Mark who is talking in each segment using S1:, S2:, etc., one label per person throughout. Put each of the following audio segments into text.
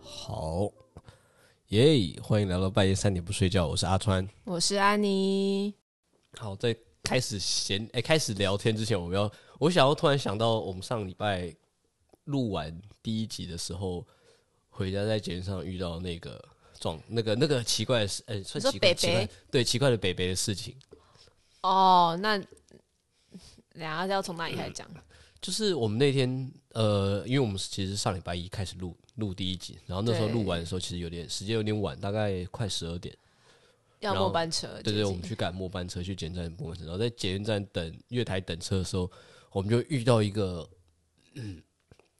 S1: 好，耶、欢迎来到半夜三点不睡觉，我是阿川。
S2: 我是安妮。
S1: 好，在开始闲哎、开始聊天之前，我们要我想要突然想到，我们上礼拜录完第一集的时候，回家在捷运上遇到那个撞那个那个奇怪的事，呃、算
S2: 你说
S1: 奇怪
S2: 北北
S1: 奇怪对奇怪的北北的事情，
S2: 哦，那然后要从哪里开始讲？
S1: 嗯就是我们那天呃，因为我们其实上礼拜一开始录录第一集，然后那时候
S2: 对
S1: 录完的时候其实有点时间有点晚，大概快十二点。
S2: 要末班车，
S1: 对对，
S2: 接
S1: 我
S2: 近
S1: 们去赶末班车，去捷运站末班车，然后在捷运站等月台等车的时候，我们就遇到一个、嗯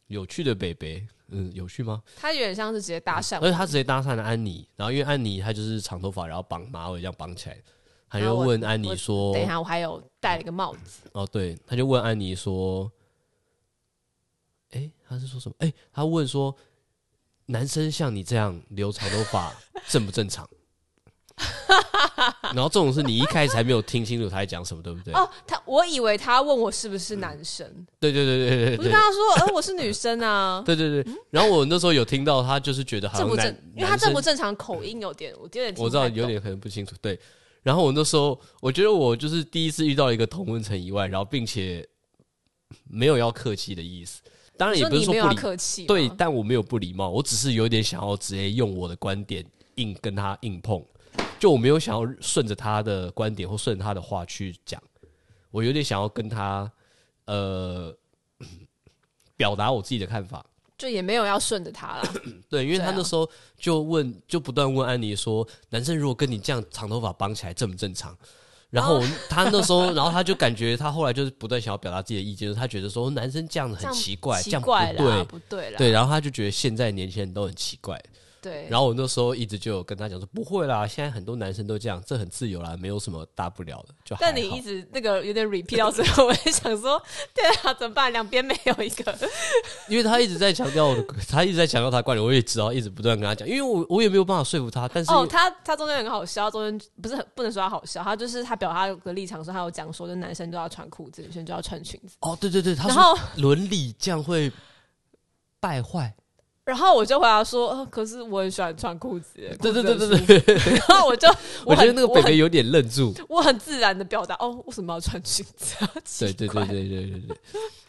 S1: 有趣的北北，嗯，有趣吗？
S2: 他有点像是直接搭讪
S1: 而且
S2: 我，
S1: 他直接搭讪了安妮，然后因为安妮她就是长头发，然后绑马尾这样绑起来，他
S2: 然
S1: 就
S2: 后我
S1: 问安妮
S2: 我
S1: 说
S2: 等一，下我还有戴了一个帽子，
S1: 哦对，他就问安妮说，哎、他是说什么？哎、他问说，男生像你这样留长头发正不正常？ 然后这种是你一开始还没有听清楚他在讲什么，嗯对不对？
S2: 哦，他我以为他问我是不是男生，
S1: 对对对对对
S2: 我就
S1: 对
S2: 跟他说，呃，我是女生啊，
S1: 对对对。然后我那时候有听到他就是觉得好
S2: 正
S1: 像
S2: 不正
S1: 男，？
S2: 因为他
S1: 男生
S2: 正不正常口音有点，我有点听
S1: 我
S2: 不
S1: 知道
S2: 太
S1: 有
S2: 懂
S1: 点可能不清楚，对。然后我那时候我觉得我就是第一次遇到一个同温层以外，然后并且没有要客气的意思，当然
S2: 你
S1: 也
S2: 说
S1: 不是
S2: 你没有
S1: 不
S2: 要
S1: 礼，
S2: 客气吗，
S1: 对，但我没有不礼貌，我只是有点想要直接用我的观点硬跟他硬碰，就我没有想要顺着他的观点或顺着他的话去讲，我有点想要跟他呃表达我自己的看法，
S2: 就也没有要顺着他啦。
S1: 对，因为
S2: 对
S1: 他
S2: 啊
S1: 那时候就问，就不断问安妮说，男生如果跟你这样长头发绑起来正不正常？然
S2: 哦
S1: 后我他那时候，然后他就感觉他后来就是不断想要表达自己的意见，就是他觉得说哦男生这样子
S2: 这
S1: 很
S2: 样
S1: 奇 怪，这
S2: 奇
S1: 样
S2: 怪
S1: 不
S2: 啦，
S1: 对，
S2: 不对啦，
S1: 对。然后他就觉得现在年轻人都很奇怪。
S2: 对，
S1: 然后我那时候一直就有跟他讲说，不会啦，现在很多男生都这样，这很自由啦，没有什么大不了的，就还
S2: 但你
S1: 好
S2: 一直那个有点 repeat 到最后，我就想说，对啊，怎么办？两边没有一个，
S1: 因为他一直在强调我的， 他一直在强调他的观点，我也只好一直不断跟他讲，因为我我也没有办法说服他，但是
S2: 哦，他他中间很好笑，中间不是很不能说他好笑，他就是他表达他的立场的时候，他有讲说，就男生都要穿裤子，女生就要穿裙子。
S1: 哦，对对对，他
S2: 然
S1: 说
S2: 后
S1: 伦理这样会败坏。
S2: 然后我就回答说，呃可是我很喜欢穿裤子。
S1: 对对
S2: 裤
S1: 对
S2: 子很
S1: 对对，对
S2: 舒服。然后我就
S1: 我觉得
S2: 很
S1: 那个
S2: 我
S1: 北
S2: 很
S1: 北有点愣住。
S2: 我很自然的表达，哦，为什么要穿裙子？啊奇
S1: 对对对
S2: 怪。
S1: 对对对对，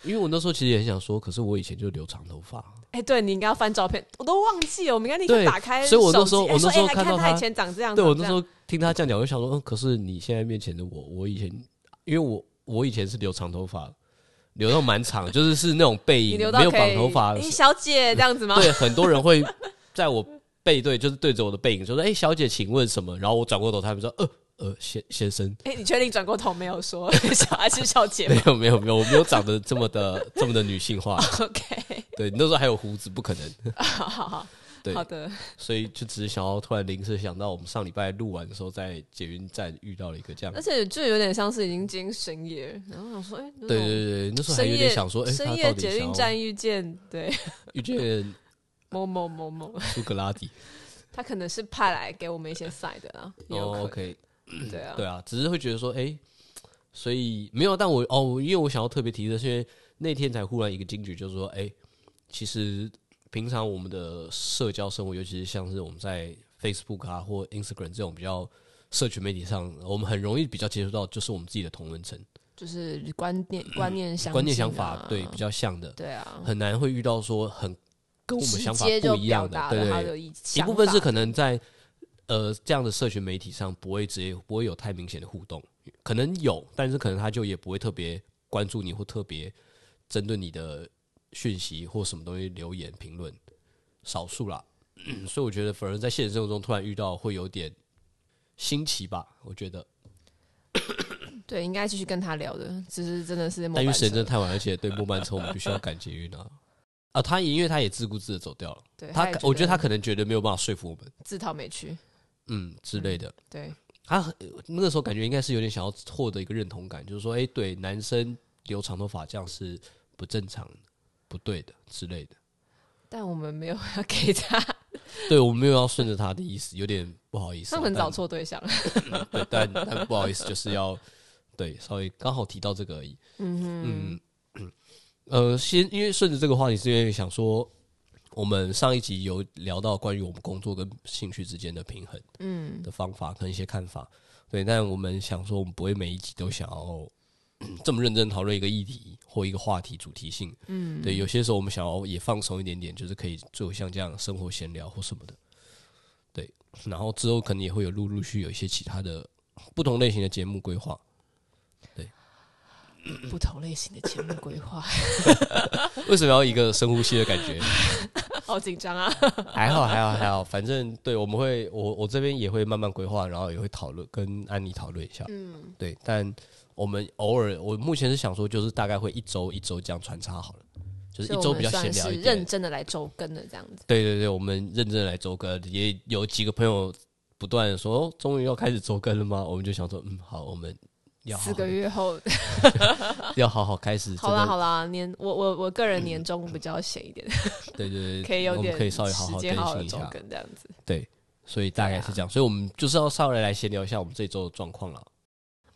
S1: 因为我那时候其实也很想说，可是我以前就留长头发。啊
S2: 哎，对你应该要翻照片，我都忘记了，我们应该立刻
S1: 对
S2: 打开手机。
S1: 所以我那时候我
S2: 哎
S1: 那
S2: 说
S1: 时候
S2: 哎来
S1: 看到
S2: 他
S1: 他
S2: 以前长这样，
S1: 对我
S2: 长这
S1: 那
S2: 样
S1: 时候听他这样讲，我就想说，嗯，可是你现在面前的我，我以前因为我我以前是留长头发，留到蛮长，就是是那种背
S2: 你
S1: 影
S2: 留到
S1: 没有
S2: 可
S1: 绑
S2: 以
S1: 头发
S2: 哎
S1: 的时候，
S2: 小姐这样子吗？
S1: 对，很多人会在我背对，就是对着我的背影说，哎，小姐，请问什么？然后我转过头，他们说，呃呃，先先生。
S2: 哎、你确定转过头没有说 小还是小姐吗
S1: 没有没有没有，我没有长得这么的这么的女性化。
S2: ？OK，
S1: 对，那时候还有胡子，不可能。
S2: 好好好，
S1: 对
S2: 好的，
S1: 所以就只是想要突然临时想到，我们上礼拜录完的时候，在捷运站遇到了一个这样
S2: 而。且就有点像是已经进深夜，然后想说，哎、
S1: 对
S2: 那种
S1: 对对对，那时候还
S2: 深
S1: 有
S2: 夜
S1: 点想说，哎、他
S2: 深
S1: 到
S2: 夜
S1: 底想
S2: 捷运
S1: 要
S2: 站遇见对
S1: 遇见
S2: 某某某某，
S1: 苏格拉底。
S2: 他可能是派来给我们一些赛的啊，也 有可
S1: 哦
S2: 能、
S1: ，OK，
S2: 对啊，
S1: 对啊，只是会觉得说，哎、所以没有，但我哦，因为我想要特别提的是，因为那天才忽然一个惊觉，就是说，哎、其实平常我们的社交生活，尤其是像是我们在 Facebook 啊或 Instagram 这种比较社群媒体上，我们很容易比较接触到，就是我们自己的同文层、
S2: 就是观念观念相、
S1: 嗯
S2: 啊
S1: 观念、想法，对比较像的，
S2: 对啊，
S1: 很难会遇到说很跟我们想法
S2: 直接就
S1: 不一样
S2: 表达
S1: 对
S2: 了
S1: 对
S2: 他
S1: 对
S2: 的一
S1: 一
S2: 想
S1: 部分是
S2: 法
S1: 可能在呃这样的社群媒体上不会直接不会有太明显的互动，可能有，但是可能他就也不会特别关注你或特别针对你的讯息或什么东西留言评论，少数啦、嗯所以我觉得反而在现实生活中突然遇到会有点新奇吧，我觉得。
S2: 对，应该继续跟他聊的，只是真的是末
S1: 但因为
S2: 班
S1: 时间
S2: 车
S1: 真的太晚，而且对末班车我们必须要赶捷运啊。啊，他也因为他也自顾自的走掉了，
S2: 对，
S1: 他
S2: 也
S1: 我觉得他可能觉得没有办法说服我们，
S2: 自讨没趣，
S1: 嗯之类的。
S2: 对。
S1: 他很那个时候感觉应该是有点想要获得一个认同感，就是说，哎、对，男生留长头发这样是不正常的、不对的之类的。
S2: 但我们没有要 给他，
S1: 对我没有要顺着他的意思，有点不好意思。
S2: 他们找错对象。
S1: 但对，但但不好意思，就是要对稍微刚好提到这个而已。
S2: 嗯哼，
S1: 嗯，呃，先因为顺着这个话题，是因为想说，我们上一集有聊到关于我们工作跟兴趣之间的平衡，嗯，的方法跟一些看法。对，但我们想说，我们不会每一集都想要这么认真讨论一个议题或一个话题主题性，嗯，对，有些时候我们想要也放松一点点，就是可以做像这样生活闲聊或什么的。对，然后之后可能也会有陆陆续有一些其他的不同类型的节目规划。
S2: 不同类型的节目规 划，
S1: 为什么要一个深呼吸的感觉？
S2: 好紧张啊！
S1: 还好，还好，还好，反正对，我们会，我我这边也会慢慢规划，然后也会讨论跟安妮讨论一下，嗯，对，但我们偶尔，我目前是想说，就是大概会一周一周这样穿插好了，就是
S2: 所以
S1: 一
S2: 我
S1: 周
S2: 们
S1: 比较
S2: 算
S1: 闲聊
S2: 是
S1: 一
S2: 认
S1: 点，
S2: 真的来周更的这样子。
S1: 对对对，我们认真地来周更，也有几个朋友不断地说，哦，终于要开始周更了吗？我们就想说，嗯，好，我们要好
S2: 四个月后，
S1: 要好好开始，真
S2: 好啦
S1: 的，
S2: 好啦，年我我我个人年终比较闲一点，
S1: 对对对，
S2: 可以有
S1: 我们
S2: 点
S1: 可以稍微好
S2: 时
S1: 好
S2: 间
S1: 更
S2: 好好
S1: 新一
S2: 周
S1: 下，
S2: 更这样子。
S1: 对，所以大概是这样，所以我们就是要稍微来闲聊一下我们这周的状况了。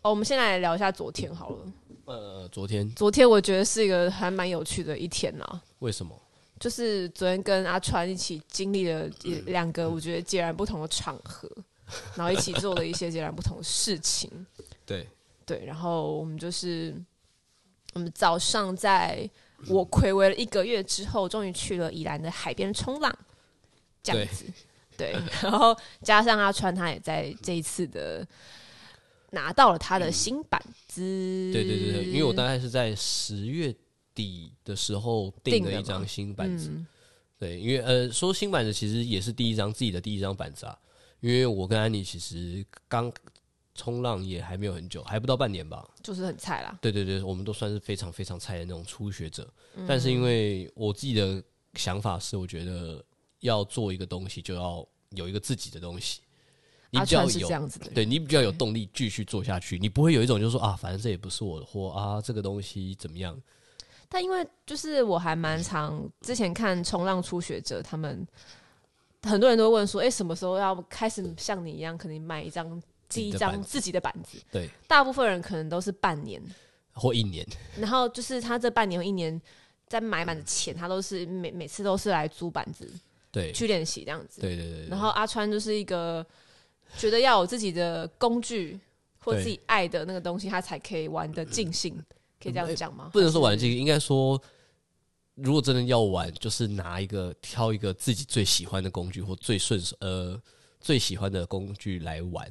S2: 哦，我们先来聊一下昨天好了。
S1: 呃，昨天
S2: 昨天我觉得是一个还蛮有趣的一天呐、
S1: 为什么？
S2: 就是昨天跟阿川一起经历了一两个我觉得截然不同的场合，然后一起做了一些截然不同的事情。
S1: 对，
S2: 对，然后我们就是我们早上在我暌违了一个月之后，终于去了宜兰的海边冲浪，这样子。对， 然后加上阿川，他也在这一次的拿到了他的新板子。
S1: 嗯对对对对，因为我
S2: 嗯
S1: 大概是在十月底的时候订
S2: 订
S1: 了
S2: 的
S1: 一张
S2: 嘛
S1: 新板子。
S2: 嗯
S1: 对，因为呃，说新板子其实也是第一张自己的第一张板子啊，因为我跟安妮其实刚冲浪也还没有很久，还不到半年吧。
S2: 就是很菜啦。
S1: 对对对，我们都算是非常非常菜的那种初学者。
S2: 嗯
S1: 但是因为我自己的想法是，我觉得要做一个东西，就要有一个自己的东西。你
S2: 阿
S1: 只要
S2: 川是这
S1: 有
S2: 样子的人，
S1: 对你比较有动力继续做下去，你不会有一种就是说啊，反正这也不是我的货啊，这个东西怎么样？
S2: 但因为就是我还蛮常之前看冲浪初学者，他们很多人都会问说，哎、什么时候要开始像你一样，可能买一张第一张自己的板子？
S1: 对，
S2: 大部分人可能都是半年，
S1: 或一年，
S2: 然后就是他这半年或一年在买板子前，他都是每每次都是来租板子
S1: 对，
S2: 去练习这样子。
S1: 对对对
S2: 然
S1: 对，
S2: 后阿川就是一个觉得要有自己的工具或
S1: 对嗯
S2: 自己爱的那个东西，他才可以玩的尽兴， 可以这样讲吗？
S1: 哎不能说玩这个，应该说，如果真的要玩，就是拿一个挑一个自己最喜欢的工具或最顺手呃最喜欢的工具来玩，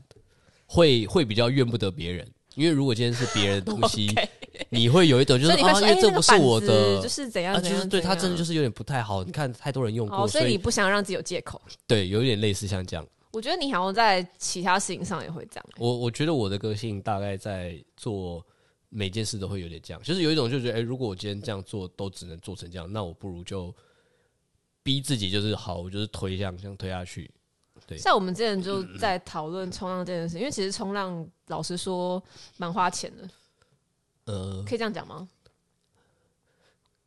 S1: 会会比较怨不得别人，因为如果今天是别人的东西
S2: OK
S1: 你会有一种就是
S2: 所以你会
S1: 啊，
S2: 说，
S1: 因
S2: 哎、
S1: 为这
S2: 那个
S1: 不是我
S2: 板子
S1: 的
S2: 就。是怎样
S1: 啊，
S2: 怎
S1: 就
S2: 样，
S1: 是对
S2: 怎
S1: 他真的
S2: 样
S1: 就是有点不太好，你看太多人用过，
S2: 哦，所以你
S1: 以
S2: 不想让自己有借口。
S1: 对有一点类似像这样。
S2: 我觉得你好像在其他事情上也会这样、
S1: 我我觉得我的个性大概在做每件事都会有点这样，就是有一种就觉得，哎、如果我今天这样做都只能做成这样，那我不如就逼自己，就是好，我就是推向这样推下去。对嗯
S2: 像我们之前就在讨论冲浪这件事，因为其实冲浪老实说蛮花钱的，
S1: 嗯呃，
S2: 可以这样讲吗？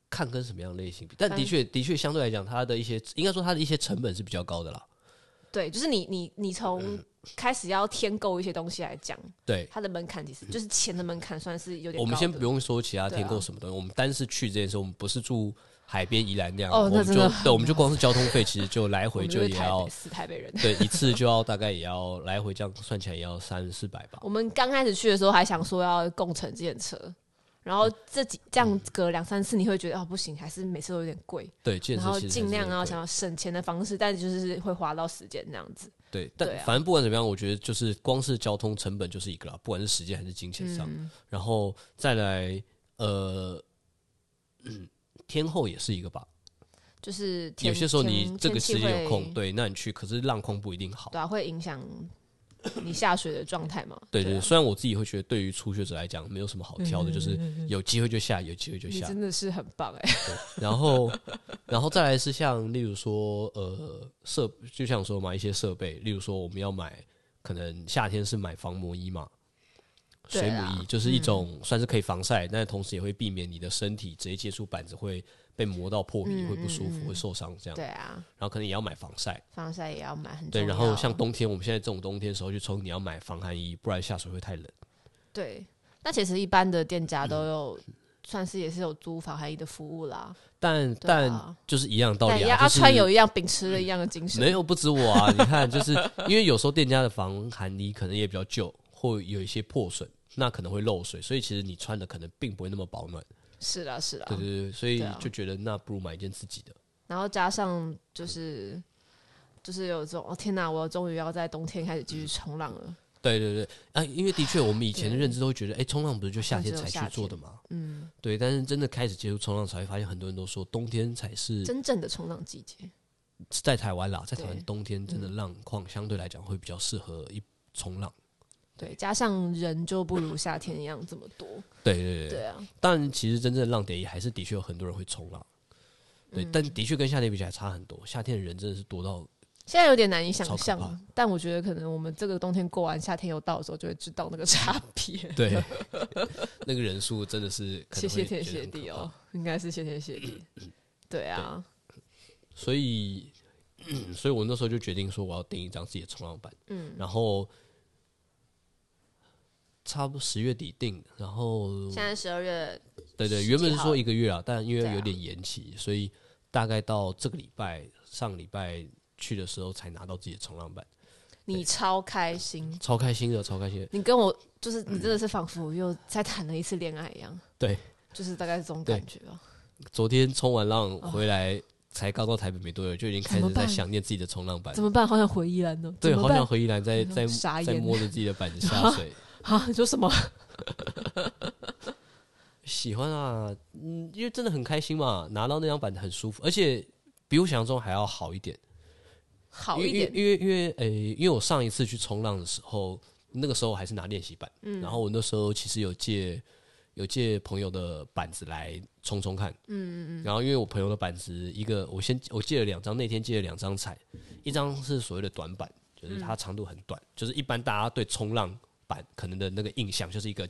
S1: 看跟什么样类型比，但的
S2: 嗯
S1: 确的确相对来讲，它的一些应该说它的一些成本是比较高的啦。
S2: 对，就是你你你
S1: 嗯
S2: 从开始要添购一些东西来讲，
S1: 对，
S2: 它的门槛其实就是钱的门槛，算是有点高的。
S1: 嗯我们先不用说其他
S2: 对啊
S1: 添购什么东西，我们单是去这件事，我们不是住海边宜兰那样，
S2: 哦
S1: 我
S2: 那
S1: 们就
S2: 真的很
S1: 对，我们就光是交通费，其实就来
S2: 我
S1: 回
S2: 们就
S1: 就是也
S2: 台
S1: 要
S2: 北死台北人。
S1: 对，一次就要大概也要来回这样算起来也要三四百吧。
S2: 我们刚开始去的时候还想说要共乘自行车，然后这几
S1: 嗯
S2: 这样隔两三次，你会觉得哦不行，还是每次都有点贵，
S1: 对，健
S2: 然
S1: 身
S2: 后
S1: 其实
S2: 尽
S1: 还是
S2: 量
S1: 很
S2: 要
S1: 贵
S2: 想要省钱的方式，但就是会花到时间那样子。
S1: 对，但
S2: 对啊
S1: 反正不管怎么样，我觉得就是光是交通成本就是一个啦，不管是时间还是金钱上，
S2: 嗯
S1: 然后再来呃，嗯，天后也是一个吧。
S2: 就是天
S1: 有些时候你
S2: 天
S1: 这个
S2: 天气
S1: 时间有
S2: 会
S1: 空，对，那你去，可是浪况不一定好。
S2: 对啊，会影响你下水的状态嘛？
S1: 对对，
S2: 啊嗯
S1: 对虽然我自己会觉得，对于初学者来讲，没有什么好挑的，就是有机会就下，有机会就
S2: 你
S1: 下。
S2: 真的是很棒哎、
S1: 然后，然后再来是像例如说，呃，设就像说嘛，一些设备，例如说我们要买，可能夏天是买防磨衣嘛，
S2: 对
S1: 水
S2: 啊
S1: 母衣就是一种算是可以防晒，但同时也会避免你的身体直接接触板子会被磨到破皮，
S2: 嗯
S1: 会不舒服，会受伤这样。
S2: 对啊，
S1: 然后可能也要买防晒，
S2: 防晒也要买，很
S1: 对。
S2: 重
S1: 然后
S2: 要
S1: 像冬天，我们现在这种冬天的时候去冲，你要买防寒衣，不然下水会太冷。嗯
S2: 对，那其实一般的店家都有算是也是有租法海的服务啦。
S1: 但
S2: 对啊
S1: 但就是一样的道
S2: 但
S1: 理
S2: 也
S1: 啊，
S2: 要阿
S1: 就是
S2: 川有一样秉持了一样的精神，
S1: 没有不止我啊，你看，就是因为有时候店家的防寒衣可能也比较旧，或有一些破损，那可能会漏水，所以其实你穿的可能并不会那么保暖。
S2: 是啦是啦
S1: 对。对对，所以
S2: 对啊
S1: 就觉得那不如买一件自己的。
S2: 然后加上就是就是有这种哦天哪，我终于要在冬天开始继
S1: 嗯
S2: 续冲浪了。
S1: 对对对，啊，因为的确我们以前的
S2: 对
S1: 认知都会觉得，哎、冲浪不是就夏天
S2: 好
S1: 才
S2: 像只有
S1: 去
S2: 夏
S1: 做
S2: 天
S1: 的吗？
S2: 嗯，
S1: 对，但是真的开始接触冲浪，才会发现很多人都说冬天才是
S2: 真正的冲浪季节，
S1: 在台湾啦，在台湾
S2: 对
S1: 冬天真的浪况相对来讲会比较适合一冲浪。
S2: 对，加上人就不如夏天一样这么多，
S1: 对对 对，
S2: 对啊，
S1: 但其实真正的浪点也还是的确有很多人会冲浪，对，
S2: 嗯
S1: 但的确跟夏天比起来差很多。夏天的人真的是多到
S2: 现在有点难以
S1: 超
S2: 想
S1: 可
S2: 象
S1: 怕，
S2: 但我觉得可能我们这个冬天过完，夏天又到的时候，就会知道那个差别。
S1: 对那个人数真的是 可
S2: 谢
S1: 能
S2: 谢
S1: 会
S2: 天
S1: 觉得
S2: 谢
S1: 很可
S2: 地
S1: 怕
S2: 哦。，应该是谢天谢地。对啊，
S1: 所以， 所以我那时候就决定说我要订一张自己的冲浪板，
S2: 嗯，
S1: 然后差不多十月底订，然后
S2: 现在十二月，
S1: 对对，
S2: 十
S1: 原本
S2: 几
S1: 是
S2: 号
S1: 说一个月啊，但因
S2: 对
S1: 为
S2: 啊
S1: 有点延期，所以大概到这个礼拜、上礼拜去的时候才拿到自己的冲浪板，
S2: 你超开心，
S1: 超开心的，超开心的。
S2: 你跟我就是你真的是仿佛又再谈了一次恋爱一样，
S1: 对，
S2: 就是大概是这种
S1: 对
S2: 感觉吧。
S1: 昨天冲完浪回来，才刚到台北没多久，就已经开
S2: 怎
S1: 始
S2: 么
S1: 在
S2: 办
S1: 想念自己的冲浪板
S2: 怎。么办？好想回宜兰哦，
S1: 对，
S2: 怎么
S1: 好
S2: 办
S1: 想回宜兰，在在
S2: 傻
S1: 在
S2: 眼
S1: 摸着自己的板子下水。
S2: 啊！你说什么？
S1: 喜欢啊，嗯，因为真的很开心嘛，拿到那张板很舒服，而且比我想象中还要好一点。
S2: 好
S1: 因为
S2: 一点，
S1: 因为因为诶、因为我上一次去冲浪的时候，那个时候还是拿练习板，
S2: 嗯
S1: 然后我那时候其实有借有借朋友的板子来冲冲看，嗯嗯嗯，然后因为我朋友的板子一个，我先我借了两张，那天借了两张彩，一张是所谓的短板，就是
S2: 嗯
S1: 它长度很短，就是一般大家对冲浪板可能的那个印象就是一个。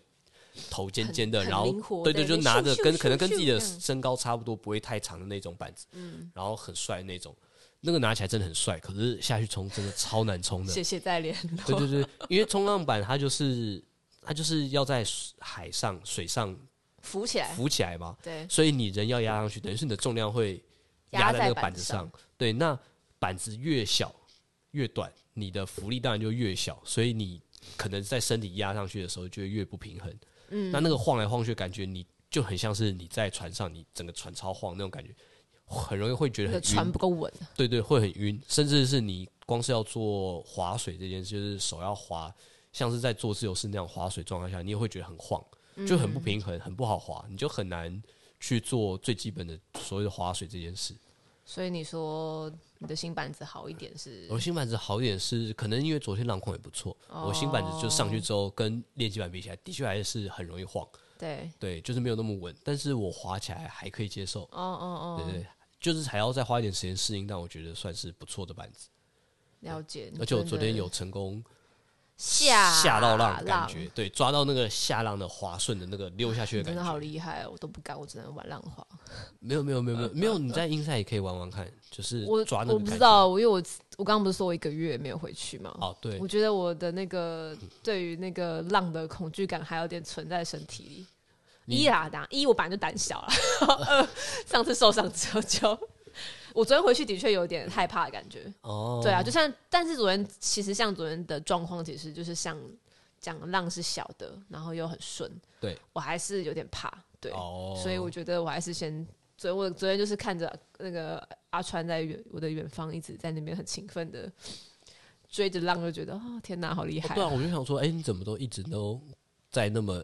S1: 头尖尖的，
S2: 很很
S1: 然后
S2: 灵活
S1: 对
S2: 的
S1: 对，就
S2: 咻
S1: 拿着
S2: 咻
S1: 跟
S2: 咻
S1: 可能跟自己
S2: 咻
S1: 的
S2: 这样
S1: 身高差不多，不会太长的那种板子，嗯，然后很帅的那种，那个拿起来真的很帅，可是下去冲真的超难冲的。
S2: 谢谢再联
S1: 对
S2: 络。
S1: 对对，因为冲浪板它就是它就是要在水海上水上
S2: 浮起来，
S1: 浮起来嘛，
S2: 对，
S1: 所以你人要压上去，等于是你的重量会压
S2: 压
S1: 在
S2: 在
S1: 那个
S2: 板
S1: 板
S2: 子
S1: 子
S2: 上
S1: 上。对，那板子越小越短，你的浮力当然就越小，所以你可能在身体压上去的时候就会越不平衡。嗯，那那个晃来晃去，感觉你就很像是你在船上，你整个船超晃那种感觉，很容易会觉得
S2: 你
S1: 很
S2: 的
S1: 晕
S2: 船不够稳，
S1: 对对，会很晕，甚至是你光是要做划水这件事，就是手要划，像是在做自由式那样划水状态下，你也会觉得很晃，就很不平衡，很不好划，你就很难去做最基本的所谓的划水这件事。
S2: 所以你说你的新板子好一点是
S1: 我新板子好一点是，可能因为昨天浪况也不错，我新板子就上去之后跟练习板比起来，的确还是很容易晃，
S2: 对，
S1: 对，就是没有那么稳，但是我划起来还可以接受，
S2: 哦哦
S1: 对
S2: 哦，
S1: 对，就是还要再花一点时间适应，但我觉得算是不错的板子。
S2: 了解。
S1: 而且我
S2: 真
S1: 昨天
S2: 的
S1: 有成功
S2: 下
S1: 下到浪的感觉，对，抓到那个下浪的滑顺的那个溜下去
S2: 你
S1: 的感
S2: 真的
S1: 觉。
S2: 好厉害哦，我都不敢，我只能玩浪花。
S1: 没有没有没有没有没有，你在英赛也可以玩玩看，就是
S2: 我
S1: 抓那
S2: 呃我
S1: 个
S2: 不
S1: 感
S2: 知
S1: 觉。
S2: 道，因为我我刚刚不是说我一个月没有回去吗？
S1: 哦，对
S2: 我，觉得我的那个对于那个浪的恐惧感还有点存在身体里。
S1: 你
S2: 一啦，当一我本来就胆小啦， 二上次受伤之后就，我昨天回去的确有点害怕的感觉。
S1: 哦，
S2: 对啊，就像但是昨天其实像昨天的状况，其实就是像讲浪是小的，然后又很顺，
S1: 对
S2: 我还是有点怕，对，
S1: 哦，
S2: 所以我觉得我还是先。昨天我昨天就是看着那个阿川在远我的远方一直在那边很勤奋的追着浪，就觉得哦天哪，好厉害
S1: 哦、对啊，我就想说，哎、你怎么都一直都在那么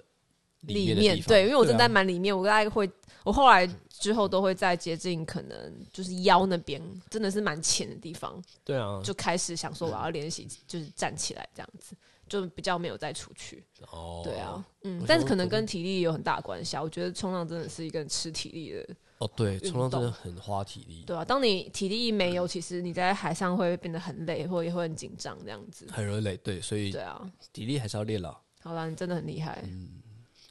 S2: 里
S1: 面的地方？
S2: 对，因为我真的在
S1: 啊
S2: 蛮里面，我大概会，我后来之后都会在接近可能就是腰那边，真的是蛮浅的地方，
S1: 对啊，
S2: 就开始想说我要练习，就是站起来这样子，就比较没有再出去。
S1: 哦，
S2: 对啊，，嗯
S1: 我，
S2: 但是
S1: 想
S2: 可能
S1: 昨天
S2: 跟体力也有很大的关系啊。我觉得冲浪真的是一个很吃体力的，
S1: 哦，对，
S2: 运
S1: 冲浪真的
S2: 动
S1: 很花体力，
S2: 对啊，当你体力一没有，其实你在海上会变得很累，或也会很紧张这样子。
S1: 很容易累，对，所以
S2: 对啊，
S1: 体力还是要练了，
S2: 好啦，你真的很厉害。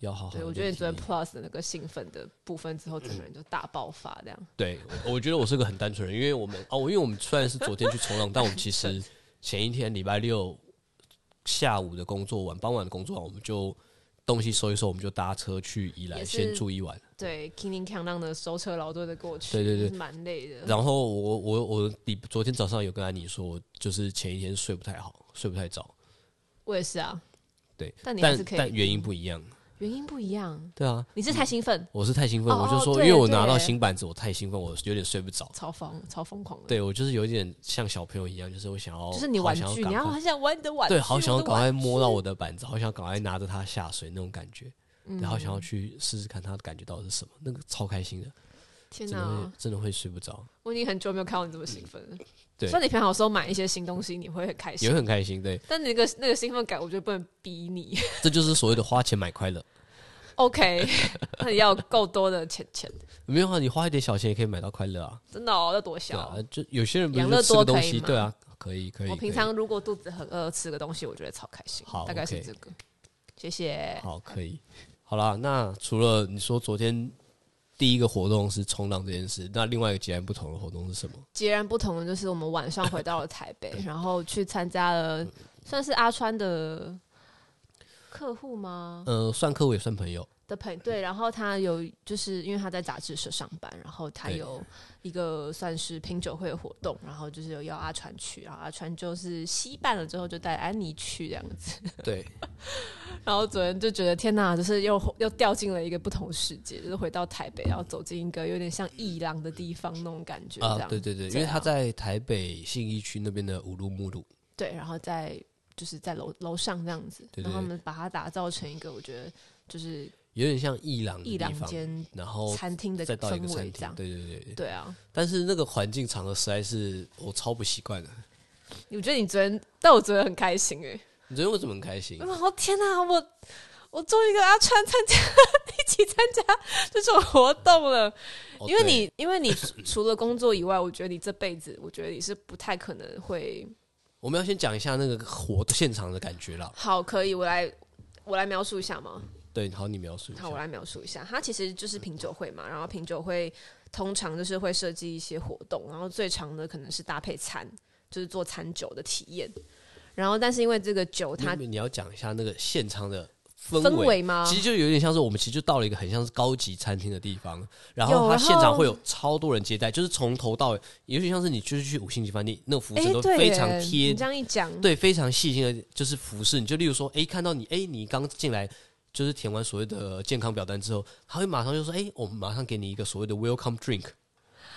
S1: 要嗯好好地练体
S2: 对，
S1: 力。
S2: 我觉得你昨天 Plus 的那个兴奋的部分之后，整个人就大爆发这样。
S1: 对，我我觉得我是个很单纯的人，因为我们哦，因为我们虽然是昨天去冲浪，但我们其实前一天礼拜六下午的工作完，傍晚的工作完，我们就东西收一收，我们就搭车去宜兰
S2: 也是
S1: 先住一晚。
S2: 对，叮叮锵当的舟车劳顿的过去，
S1: 对对对
S2: 是蛮累的。
S1: 然后我我我比昨天早上有跟安妮说，就是前一天睡不太好，睡不太早。
S2: 我也是啊，
S1: 对，
S2: 但你还
S1: 但
S2: 是可以
S1: 但原因不一样。
S2: 原因不一样。
S1: 对啊，
S2: 你是太兴奋，
S1: 我是太兴奋，
S2: 哦
S1: 我就说，
S2: 对
S1: 因为我拿
S2: 对
S1: 到新板子，我太兴奋，我有点睡不着。
S2: 超疯，超疯狂的。，
S1: 对我就是有一点像小朋友一样，就是我想要，
S2: 就是你
S1: 好
S2: 玩
S1: 想要
S2: 具，
S1: 赶
S2: 你要
S1: 快
S2: 好想玩你的玩具，
S1: 对，好想要
S2: 我的
S1: 赶
S2: 玩
S1: 快摸到我的板子，好想赶快拿着它下水那种感觉，
S2: 嗯
S1: 然后想要去试试看它感觉到的是什么，那个超开心的，
S2: 天
S1: 真
S2: 哪、
S1: 的会真的会睡不着，
S2: 我已经很久没有看到你这么兴奋了。
S1: 对
S2: 所以你平常有时候买一些新东西，你会很开
S1: 也
S2: 心
S1: 会，很开心。对，
S2: 但你那个那个兴奋感，我觉得不能 逼你。
S1: 这就是所谓的花钱买快乐。
S2: OK，那你要够多的钱钱，
S1: 没有啊，你花一点小钱也可以买到快乐啊。
S2: 真的哦，要多
S1: 对
S2: 小？
S1: 啊，就有些人不是
S2: 养
S1: 就
S2: 乐
S1: 吃个
S2: 多
S1: 东
S2: 可以
S1: 西，
S2: 吗
S1: 对啊，可以可以。
S2: 我
S1: 可
S2: 平
S1: 以
S2: 常如果肚子很饿，吃个东西，我觉得超开心。
S1: 好
S2: 大概是
S1: OK
S2: 这个。谢谢。
S1: 好可以，好啦，那除了你说昨天第一个活动是冲浪这件事，那另外一个截然不同的活动是什么？
S2: 截然不同的就是，我们晚上回到了台北， 然后去参加了算是阿川的客户吗？
S1: 呃，算客户也算朋友，
S2: 的朋对，然后他有就是因为他在杂志社上班，然后他
S1: 对
S2: 有一个算是品酒会的活动，然后就是有邀阿川去，然后阿川就是惜办了之后就带安妮去这样子，
S1: 对，
S2: 然后昨天就觉得天哪，就是又又掉进了一个不同世界，就是回到台北，然后走进一个有点像艺廊的地方那种感觉，这
S1: 啊，
S2: 样
S1: 对对对，因为
S2: 对啊
S1: 他在台北信义区那边的五路目录，
S2: 对，然后在就是在楼楼上这样子，
S1: 对
S2: 然后
S1: 对
S2: 我们把它打造成一个我觉得就是
S1: 有点像艺廊
S2: 艺
S1: 的地
S2: 廊
S1: 方，
S2: 间
S1: 然后
S2: 餐厅的
S1: 再到一个
S2: 氛围
S1: 餐
S2: 这
S1: 厅
S2: 样，，
S1: 对对对对。
S2: 对啊，
S1: 但是那个环境场合实在是我超不习惯的。
S2: 我觉得你昨天，但我觉得很开心哎、
S1: 你觉得我怎么很开心
S2: 我？想说天哪、我我终于跟阿川参加一起参加这种活动了，
S1: 哦
S2: 因为
S1: 对
S2: 你因为你除除了工作以外，我觉得你这辈子，我觉得你是不太可能会
S1: 我们要先讲一下那个活现场的感觉啦。
S2: 好。可以，我来我来描述一下吗？
S1: 对，好，你描述一
S2: 好，我
S1: 下。
S2: 来描述一下，它其实就是品酒会嘛，然后品酒会通常就是会设计一些活动，然后最长的可能是搭配餐，就是做餐酒的体验。然后，但是因为这个酒它
S1: 你你要讲一下那个现场的
S2: 氛围吗
S1: 其实就有点像是我们其实就到了一个很像是高级餐厅的地方，然
S2: 有
S1: 后它
S2: 然
S1: 现场
S2: 后
S1: 会有超多人接待，就是从头到尾，有点像是你就是去五星级饭店，那个服务
S2: 哎
S1: 生，都
S2: 对
S1: 非
S2: 耶
S1: 常贴
S2: 你这样一讲，
S1: 对，非常细心的，就是服侍你。就例如说，哎、看到你，哎、你刚进来，就是填完所谓的健康表单之后，他会马上就说，哎、我们马上给你一个所谓的 welcome drink，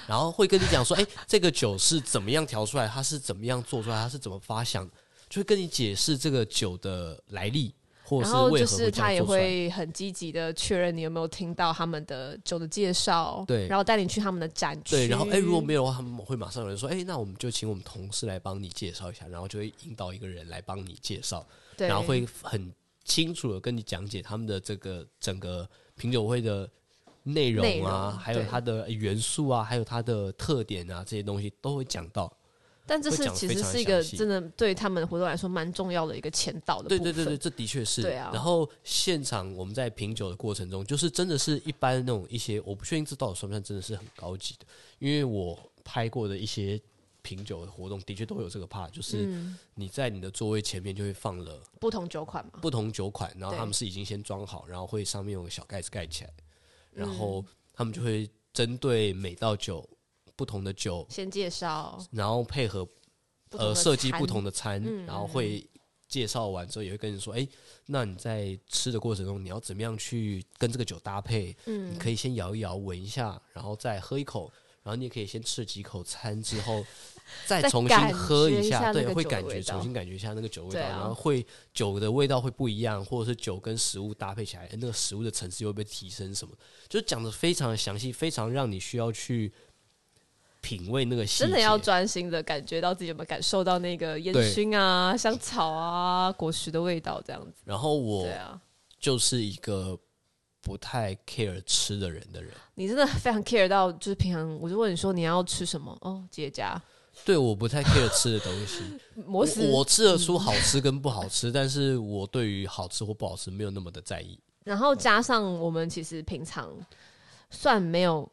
S1: 然后会跟你讲 说，哎、这个酒是怎么样调出来，它是怎么样做出来，它是怎么发想的，就会跟你解释这个酒的来历，或者
S2: 然
S1: 是
S2: 后
S1: 为
S2: 就
S1: 何会这
S2: 是他
S1: 样
S2: 也
S1: 做出来。
S2: 会很积极的确认你有没有听到他们的酒的介绍，
S1: 对
S2: 然后带你去他们的展区，
S1: 对，然后哎、如果没有的话，他们会马上有人说，哎、那我们就请我们同事来帮你介绍一下，然后就会引导一个人来帮你介绍。
S2: 对，
S1: 然后会很清楚的跟你讲解他们的这个整个品酒会的内容
S2: 内
S1: 啊，
S2: 容
S1: 还有
S2: 对
S1: 它的元素啊，还有它的特点啊，这些东西都会讲到。
S2: 但这
S1: 会
S2: 是
S1: 讲得
S2: 其
S1: 非
S2: 实
S1: 常
S2: 是一个
S1: 详细
S2: 真的对他们活动来说蛮重要的一个前导的
S1: 对
S2: 部
S1: 对
S2: 分，
S1: 对对，这的确是。
S2: 对啊
S1: 然后现场我们在品酒的过程中，就是真的是一般那种一些，我不确定这到底算不算真的是很高级的，因为我拍过的一些品酒的活动，的确都有这个 part，就是
S2: 嗯，
S1: 你在你的座位前面就会放了
S2: 不同酒款嘛，
S1: 不同酒款，然后
S2: 对
S1: 他们是已经先装好，然后会上面用个小盖子盖起来，然后他们就会针对每道酒不同的酒，
S2: 先介绍
S1: 然后配合
S2: 不同
S1: 呃
S2: 的
S1: 设计不
S2: 餐嗯
S1: 同的餐，然后会介绍完之后也会跟你说，哎、那你在吃的过程中你要怎么样去跟这个酒搭配？嗯，你可以先摇一摇闻一下，然后再喝一口，然后你也可以先吃几口餐之 后。再
S2: 再
S1: 重新
S2: 感
S1: 喝
S2: 觉
S1: 一
S2: 一下那
S1: 对，
S2: 个
S1: 会
S2: 酒的
S1: 感觉
S2: 味道
S1: 重新感觉一下那个酒的味道，
S2: 对啊
S1: 然后会酒的味道会不一样，或者是酒跟食物搭配起来，哎那个食物的层次又被提升什么，就是讲的非常详细，非常让你需要去品味那个细节。
S2: 真的要专心的感觉到自己有没有感受到那个烟
S1: 对
S2: 熏啊、香草啊、果实的味道这样子，
S1: 然后我
S2: 对啊。
S1: 就是一个不太 care 吃的人的人，
S2: 你真的非常 care 到，就是平常我就问你说你要吃什么哦，姐家
S1: 对，我不太 care 吃的东西。
S2: 摩斯
S1: 我我吃
S2: 嗯
S1: 得出好吃跟不好吃，但是我对于好吃或不好吃没有那么的在意。
S2: 然后加上我们其实平常算没有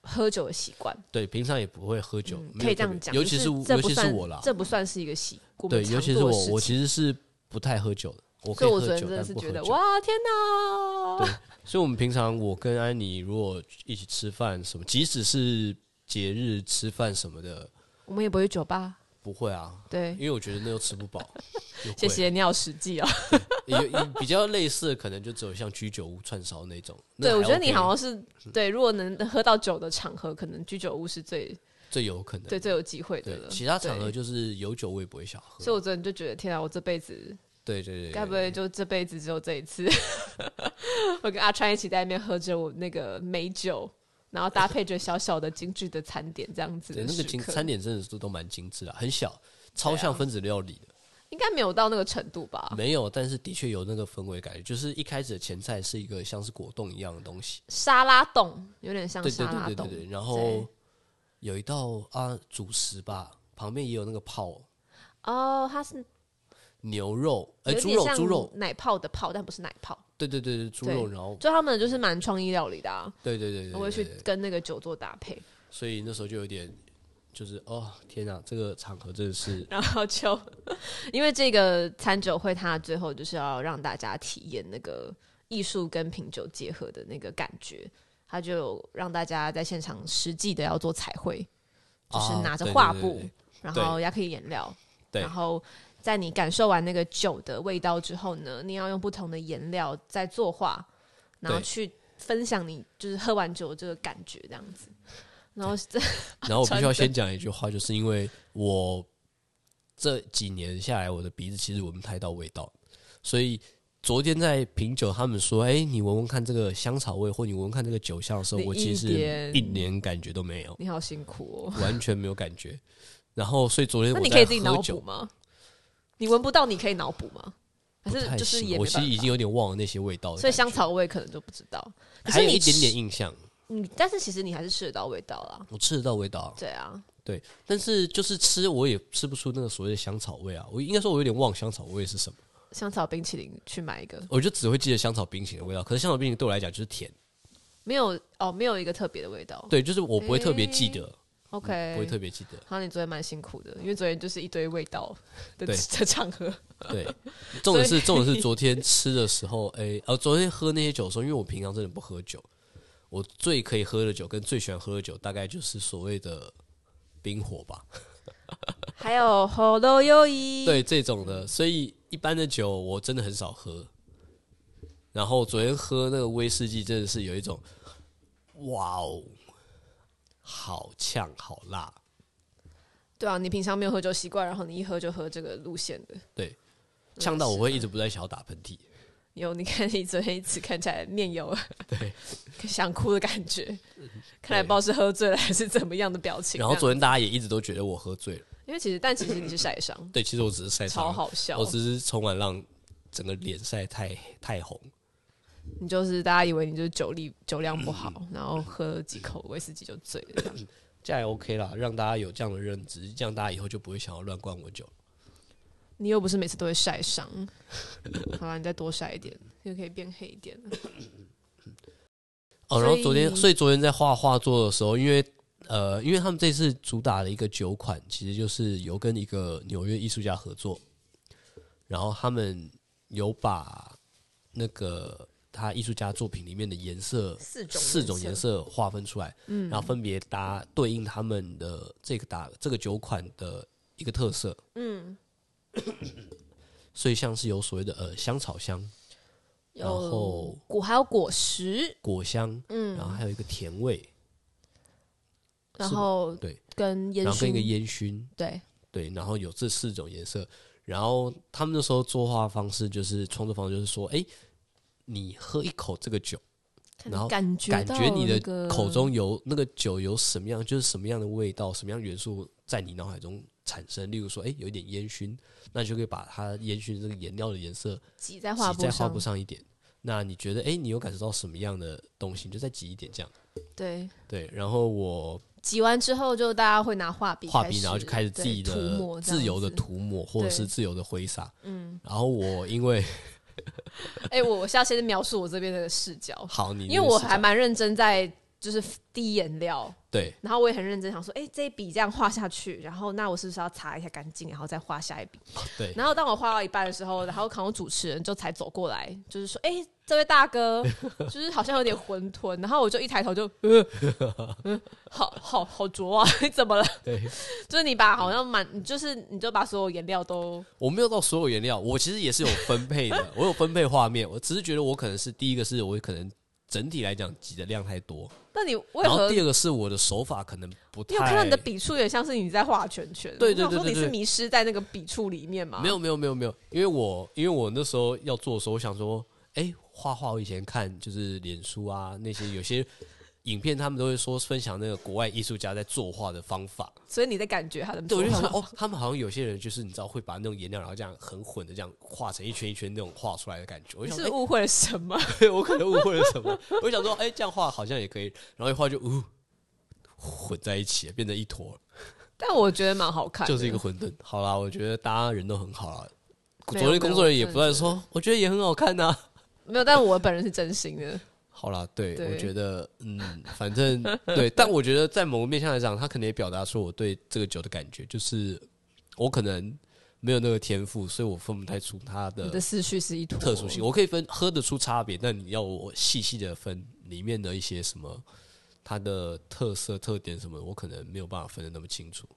S2: 喝酒的习惯，嗯
S1: 对，平常也不会喝酒，没有
S2: 可以这
S1: 特
S2: 样
S1: 别
S2: 讲，
S1: 尤
S2: 就
S1: 其
S2: 是
S1: 是
S2: 这
S1: 尤
S2: 不
S1: 其
S2: 算
S1: 是我啦，
S2: 这不算是一个习，我们
S1: 对，尤
S2: 常
S1: 其是
S2: 做的
S1: 我，
S2: 事
S1: 我
S2: 情
S1: 其实是不太喝酒的。我可
S2: 所以我
S1: 喝
S2: 昨天
S1: 酒，
S2: 真的
S1: 但
S2: 是
S1: 不
S2: 觉
S1: 喝
S2: 得
S1: 酒。
S2: 哇，天哪！
S1: 对所以，我们平常我跟安妮如果一起吃饭什么，即使是节日吃饭什么的，
S2: 我们也不会去酒吧，
S1: 不会啊，
S2: 对
S1: 因，为我觉得那又吃不饱。又贵
S2: 谢谢你好实际哦。
S1: 有有比较类似的，可能就只有像居酒屋串烧那种。那
S2: 对，我
S1: 还
S2: 觉得你
S1: OK，
S2: 好像是对，如果能喝到酒的场合，可能居酒屋是最
S1: 最有可能。
S2: 对最有机会的
S1: 对
S2: 了。
S1: 其他场合
S2: 对，
S1: 就是有酒我也不会想喝。
S2: 所以我昨天就觉得，天啊，我这辈子
S1: 对对对，
S2: 该不会就这辈子只有这一次？ 我跟阿川一起在那边喝着我那个美酒，然后搭配着小小的精致的餐点，这样子
S1: 对
S2: 的
S1: 那个
S2: 时
S1: 精
S2: 刻啊
S1: 餐点真的是都蛮精致的，很小，超像分子料理的。
S2: 应该没有到那个程度吧？
S1: 没有，但是的确有那个氛围感觉，就是一开始的前菜是一个像是果冻一样的东西，
S2: 沙拉冻有点像
S1: 对对
S2: 嗯沙拉
S1: 对对
S2: 冻
S1: 对，对，然
S2: 对
S1: 后有一道啊主食吧，旁边也有那个泡
S2: 哦，它是
S1: 牛肉，哎、
S2: 有
S1: 猪
S2: 点
S1: 肉
S2: 像
S1: 猪肉，
S2: 奶泡的泡，但不是奶泡。
S1: 对对对对，猪肉，然后
S2: 就他们就是蛮创意料理的啊，
S1: 对对对对对，
S2: 我会去
S1: 对
S2: 跟那个酒做搭配，
S1: 所以那时候就有点就是哦天哪，这个场合真的是
S2: 然后就因为这个餐酒会，它最后就是要让大家体验那个艺术跟品酒结合的那个感觉，它就有让大家在现场实际的要做彩绘， 就是
S1: 啊
S2: 拿着
S1: 对对
S2: 画
S1: 对
S2: 布，
S1: 对
S2: 然后也可以颜料，
S1: 对
S2: 然后在你感受完那个酒的味道之后呢，你要用不同的颜料再作画，然后
S1: 对
S2: 去分享你就是喝完酒这个感觉这样子。然后这
S1: 然后我必须
S2: 真的
S1: 要先讲一句话，就是因为我这几年下来，我的鼻子其实闻不太到味道，所以昨天在品酒，他们说：“哎、你闻闻看这个香草味，或你闻闻看这个酒香”的时候，
S2: 你
S1: 我其实
S2: 一点，
S1: 一点感觉都没有
S2: 你好辛苦哦，
S1: 完全没有感觉。然后，所以昨天
S2: 那
S1: 我
S2: 你可
S1: 在
S2: 以自己脑
S1: 喝
S2: 补
S1: 酒，
S2: 吗？你闻不到，你可以脑补吗？还
S1: 不
S2: 是
S1: 太
S2: 就是
S1: 行
S2: 也
S1: 我
S2: 没
S1: 其实
S2: 办
S1: 已
S2: 法
S1: 经有点忘了那些味道了，
S2: 所以香草味可能就不知道。可
S1: 还
S2: 是
S1: 有
S2: 你
S1: 一点点
S2: 吃，
S1: 印象，
S2: 嗯，但是其实你还是吃得到味道啦。
S1: 我吃得到味道啊，
S2: 对啊，
S1: 但是就是吃我也吃不出那个所谓的香草味啊。我应该说，我有点忘香草味是什么。
S2: 香草冰淇淋去买一个，
S1: 我就只会记得香草冰淇淋的味道。可是香草冰淇淋对我来讲就是甜，
S2: 没有哦，没有一个特别的味道。
S1: 对，就是我不会特别记得，
S2: OK，
S1: 不会特别记得。
S2: 好，你昨天蛮辛苦的，因为昨天就是一堆味道的
S1: 对
S2: 的场合，
S1: 对，重点是重点是昨天吃的时候，哎、呃，昨天喝那些酒的时候，因为我平常真的不喝酒，我最可以喝的酒跟最喜欢喝的酒，大概就是所谓的冰火吧，
S2: 还有喉咙优衣，
S1: 对这种的。所以一般的酒我真的很少喝。然后昨天喝那个威士忌，真的是有一种，哇哦，好呛好辣，
S2: 对啊，你平常没有喝酒习惯，然后你一喝就喝这个路线的，
S1: 对，呛到我会一直不断想要打喷嚏。
S2: 有你看你昨天一直看起来 面有对 想哭的感觉， 看来不知道是喝醉了还是怎么样的表情。
S1: 嗯然后
S2: 这样
S1: 昨天大家也一直都觉得我喝醉了，
S2: 因为其实但其实你是晒伤，
S1: 对，其实我只 是晒
S2: 超
S1: 伤，啊
S2: 好笑
S1: 我，只是冲完浪，整个脸晒太太红，
S2: 你就是大家以为你就是酒力酒量不好，
S1: 嗯
S2: 然后喝了几口威士忌就醉了这样。
S1: 这样也 OK 啦，让大家有这样的认知，这样大家以后就不会想要乱灌我酒。
S2: 你又不是每次都会晒伤， 好啦，你再多晒一点，就可以变黑一点了。
S1: 哦，
S2: 所以
S1: 然后昨天，所以昨天在画画作的时候，因为呃，因为他们这次主打的一个酒款，其实就是有跟一个纽约艺术家合作，然后他们有把那个他艺术家作品里面的颜色
S2: 四
S1: 四种颜，色划分出来，嗯，然后分别搭对应他们的这个打这个酒款的一个特色，
S2: 嗯，
S1: 所以像是有所谓的呃香草香、然
S2: 有
S1: 后
S2: 果还有果实，
S1: 果香，然后
S2: 嗯，
S1: 还有一个甜味，
S2: 然后
S1: 对，
S2: 跟烟
S1: 然后跟一个
S2: 熏，
S1: 烟熏，
S2: 对，
S1: 对，然后有这四种颜色，然后他们那时候作画方式就是创作方式就是说，哎，你喝一口这个酒，然后
S2: 感觉
S1: 感觉你
S2: 到那
S1: 的
S2: 个
S1: 口中有那个酒有什么样，就是什么样的味道，什么样元素在你脑海中产生。例如说，哎、有一点烟熏，那就可以把它烟熏这个颜料的颜色
S2: 挤在画
S1: 挤
S2: 布
S1: 在
S2: 上，
S1: 画布上一点。那你觉得，哎、你有感受到什么样的东西，你就再挤一点这样。
S2: 对，
S1: 对，然后我
S2: 挤完之后就大家会拿画笔开始，
S1: 画笔，然后就开始自己
S2: 对涂抹
S1: 的
S2: 这样
S1: 自由的
S2: 子。
S1: 涂抹，或者是
S2: 对
S1: 自由的挥洒。
S2: 嗯，
S1: 然后我因为，
S2: 哎，我我下先描述我这边的视角
S1: 好，你
S2: 因为我还蛮认真在就是滴颜料，
S1: 对，
S2: 然后我也很认真想说，哎、这一笔这样画下去，然后那我是不是要擦一下干净，然后再画下一笔？
S1: 对
S2: 然后当我画到一半的时候，然后看我主持人就才走过来，就是说，哎、这位 大哥，就是好像有点混沌。然后我就一抬头就，呃，嗯好好好浊啊， 你怎么了？
S1: 对，
S2: 就是你把好像满，你就是你就把所有颜料都
S1: 我没有到所有颜料，我其实也是有分配的，我有分配画面，我只是觉得我可能是第一个是我可能整体来讲挤的量太多，
S2: 那你为
S1: 然后
S2: 何？
S1: 第二个是我的手法可能不
S2: 因
S1: 太。
S2: 为我看到你的笔触，有点像是你在画圈圈。
S1: 对对
S2: 我想
S1: 对对
S2: 说你是
S1: 对
S2: 迷失在那个笔触里面吗？
S1: 没，有没有没有没有，因为我因为我那时候要做的时候，我想说，哎、画画我以前看就是脸书啊那些有些影片，他们都会说分享那个国外艺术家在作画的方法，
S2: 所以你在感觉他的。
S1: 对，我就想说， 哦，他们好像有些人就是你知道会把那种颜料，然后这样很混的这样画成一圈一圈那种画出来的感觉。我
S2: 你
S1: 就想
S2: 是
S1: 说，
S2: 误会了什么？
S1: 哎、我可能误会了什么？我就想说，哎、这样画好像也可以，然后一画就呜、混在一起，变成一坨，
S2: 但我觉得蛮好看的，
S1: 就是一个混沌。好啦，我觉得大家人都很好啦。
S2: 没有
S1: 昨天工作人员也不断
S2: 没有
S1: 说，我觉得也很好看啊呐、
S2: 没有，但我本人是真心的。
S1: 好啦，对，
S2: 对
S1: 我觉得，嗯，反正对，但我觉得在某个面向来讲，他可能也表达出我对这个酒的感觉，就是我可能没有那个天赋，所以我分不太出它
S2: 你的
S1: 的
S2: 思绪是一坨
S1: 特殊性。我可以分喝得出差别，但你要我细细的分里面的一些什么它的特色、特点什么，我可能没有办法分得那么清楚。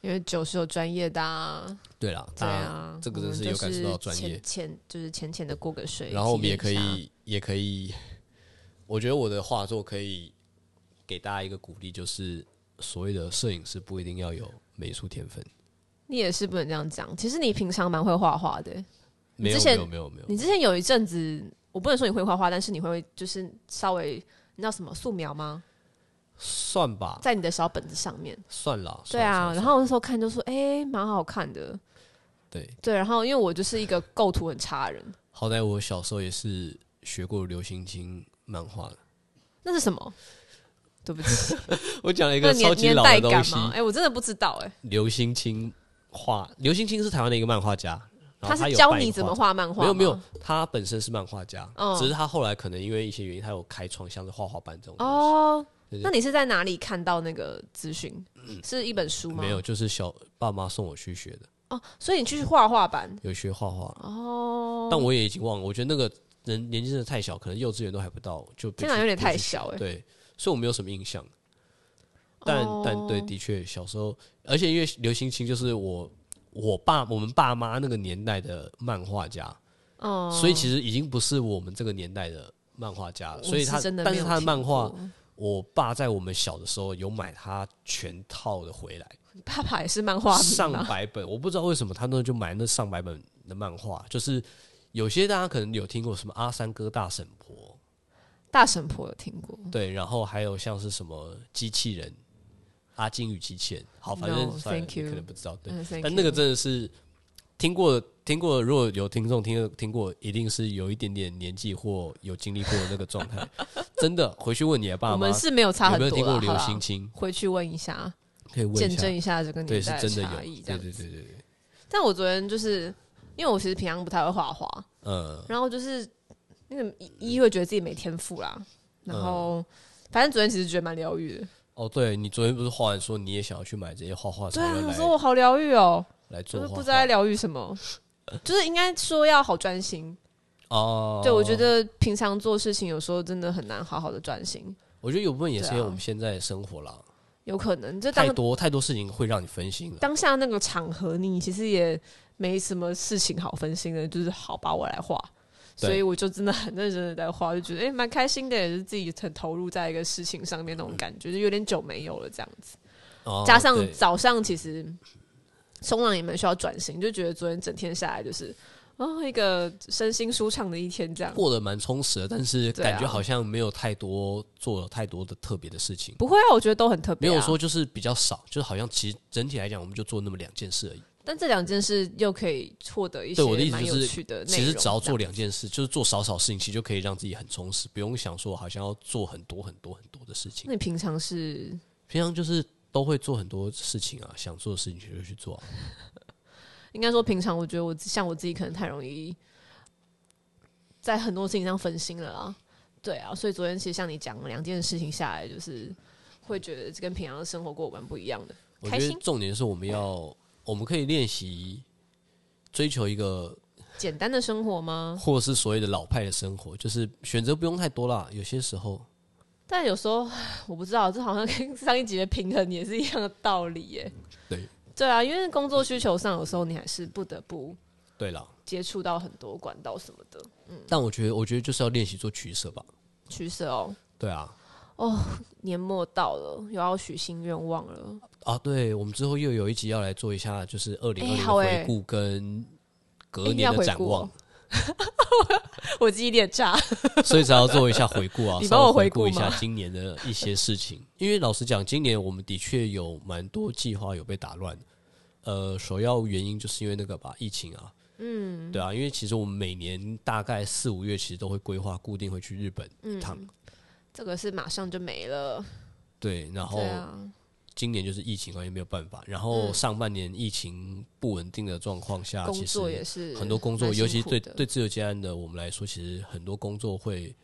S2: 因为酒是有专业的啊，
S1: 对啦，
S2: 对
S1: 当然、
S2: 啊，
S1: 这个真
S2: 我们
S1: 是
S2: 就
S1: 有感受到专业
S2: 浅浅就是浅浅的过个水，
S1: 然后我们也可
S2: 体验一下
S1: 以，也可以，我觉得我的画作可以给大家一个鼓励，就是所谓的摄影师不一定要有美术天分。
S2: 你也是不能这样讲。其实你平常蛮会画画的，你
S1: 没有
S2: 之
S1: 没
S2: 前
S1: 有没有没有，
S2: 你之前有一阵子，我不能说你会画画，但是你会就是稍微你知道什么素描吗？
S1: 算吧，
S2: 在你的小本子上面，
S1: 算啦。
S2: 对
S1: 啊算
S2: 啊。
S1: 算
S2: 然
S1: 算
S2: 后那时候看就说，哎，蛮好看的。
S1: 对，
S2: 对，然后因为我就是一个构图很差的人，
S1: 好歹我小时候也是学过流行经漫画的。
S2: 那是什么？对不起，
S1: 我讲了 一
S2: 那
S1: 个
S2: 年
S1: 超级
S2: 年
S1: 老
S2: 代
S1: 的东
S2: 感
S1: 西，
S2: 吗？哎、我真的不知道哎、
S1: 流星青画，流星青是台湾的一个漫画家，然后
S2: 是
S1: 有
S2: 教
S1: 办
S2: 你
S1: 一
S2: 怎么
S1: 画
S2: 画漫画？
S1: 没有没有，，他本身是漫画家，
S2: 嗯
S1: 只是他后来可能因为一些原因，他有开创像是画画班这种东西。
S2: 哦，
S1: 对对嗯
S2: 那你是在哪里看到那个资讯？是一本书吗？
S1: 没有，就是小爸妈送我去学的，
S2: 哦，所以你去画画班
S1: 有学画画，
S2: 哦。
S1: 但我也已经忘了。我觉得那个人年纪真的太小，可能幼稚园都还不到，就被
S2: 天哪，
S1: 去
S2: 有点
S1: 被去
S2: 太
S1: 学
S2: 小哎、
S1: 对，所以我没有什么印象。但、但对，
S2: 哦
S1: 的确小时候，而且因为刘星清就是我我爸我们爸妈那个年代的漫画家，
S2: 哦
S1: 所以其实已经不是我们这个年代的漫画家了。
S2: 我
S1: 所以
S2: 是
S1: 他，
S2: 真的
S1: 但
S2: 没
S1: 是
S2: 有
S1: 他的
S2: 听
S1: 漫画，
S2: 过
S1: 我爸在我们小的时候有买他全套的回来。
S2: 你爸爸也是漫画迷
S1: 上
S2: 吗
S1: 百本，我不知道为什么他那就买那上百本的漫画，就是有些大家可能有听过什么阿三哥大婶婆，
S2: 大神婆有听过
S1: 对，然后还有像是什么机器人阿金与机器人，好，反
S2: No,
S1: 正算了
S2: thank you
S1: 你可能不知道，对，
S2: 嗯，thank
S1: 但那个
S2: you
S1: 真的是听过听过，如果有听众听听过，一定是有一点点年纪或有经历过那个状 态，真的回去问你的爸
S2: 我
S1: 妈
S2: 们是没有差
S1: 有
S2: 很
S1: 没
S2: 多
S1: 有
S2: 啦
S1: 听过刘
S2: 好啦
S1: 星清，
S2: 回去问一下，
S1: 可以问
S2: 见
S1: 一下
S2: 证，一下这个年
S1: 对，是
S2: 代
S1: 真的
S2: 差
S1: 有
S2: 异，这
S1: 对
S2: 样
S1: 对对
S2: 子。
S1: 对对，
S2: 但我昨天就是因为我其实平常不太会画画，
S1: 嗯，
S2: 然后就是那个一一会觉得自己没天赋啦，
S1: 嗯
S2: 然后、反正昨天其实觉得蛮疗愈的。
S1: 哦，对你昨天不是画完说你也想要去买这些画画材
S2: 对啊，
S1: 料
S2: 我
S1: 来、
S2: 说我好疗愈哦，
S1: 来
S2: 就
S1: 做
S2: 是
S1: 画
S2: 不
S1: 画
S2: 知道在疗愈 什么，就是应该说要好专心。
S1: 哦，
S2: 对我觉得平常做事情有时候真的很难好好的专心，
S1: 我觉得有部分也是因为
S2: 对啊
S1: 我们现在的生活啦，
S2: 有可能就
S1: 太
S2: 当
S1: 多太多事情会让你分心了。
S2: 当下那个场合，你其实也没什么事情好分心的，就是好吧，我来画。
S1: 对
S2: 所以我就真的很认真的在画，就觉得诶蛮、开心的，也是自己很投入在一个事情上面那种感觉，就有点久没有了这样子。
S1: 哦
S2: 加上
S1: 对
S2: 早上其实冲浪也蛮需要转型，就觉得昨天整天下来就是哦一个身心舒畅的一天这样。
S1: 过得蛮充实的，但是
S2: 对啊
S1: 感觉好像没有太多做了太多的特别的事情，
S2: 不会啊，我觉得都很特
S1: 没
S2: 别、啊。
S1: 有说，就是比较少，就是好像其实整体来讲，我们就做那么两件事而已。
S2: 但这两件事又可以获得一些
S1: 对我的意思
S2: 蛮
S1: 就
S2: 有
S1: 是
S2: 趣的内容这
S1: 其
S2: 样。
S1: 实只要做两件事，就是做少少事情，其实就可以让自己很充实，不用想说好像要做很多很多很多的事情
S2: 那。你平常是
S1: 平常就是都会做很多事情啊，想做的事情就去做啊、
S2: 应该说，平常我觉得我像我自己，可能太容易在很多事情上分心了啊。对啊，所以昨天其实像你讲两件事情下来，就是会觉得这跟平常的生活过得蛮不一样的，
S1: 我
S2: 开
S1: 觉得
S2: 心
S1: 重点是我们要，我们可以练习追求一个，
S2: 简单的生活吗？
S1: 或是所谓的老派的生活，就是选择不用太多啦。有些时候，
S2: 但有时候我不知道，这好像跟 上一集的平衡也是一样的道理耶。
S1: 嗯对
S2: 对啊，因为工作需求上，有时候你还是不得不
S1: 对啦，
S2: 接触到很多管道什么的
S1: 但我觉得，我觉得就是要练习做取舍吧。
S2: 取舍哦。
S1: 对啊，
S2: 年末到了，又要许新愿望了。
S1: 啊，对，我们之后又有一集要来做一下，就是二零二
S2: 哎
S1: 零
S2: 好哎
S1: 回顾跟隔
S2: 哎
S1: 年
S2: 要
S1: 的
S2: 回
S1: 展
S2: 顾
S1: 望
S2: 哦，我记忆力也差， ，
S1: 所以才要做一下回顾啊
S2: 你
S1: 稍
S2: 帮
S1: 微
S2: 我
S1: 回
S2: 回顾
S1: 一下
S2: 吗
S1: 今年的一些事情。因为老实讲，今年我们的确有蛮多计划有被打乱，呃，首要原因就是因为那个吧，疫情啊，嗯，对啊，因为其实我们每年大概四五月其实都会规划固定会去日本
S2: 嗯
S1: 一趟，
S2: 这个是马上就没了。
S1: 对，然后
S2: 对啊，嗯
S1: 今年就是疫情关系没有办法，然后上半年疫情不稳定的状况下，
S2: 工
S1: 其实
S2: 作也是
S1: 很多工作，
S2: 蛮
S1: 尤其
S2: 辛苦
S1: 对
S2: 的
S1: 对自由接案的我们来说，其实很多工作会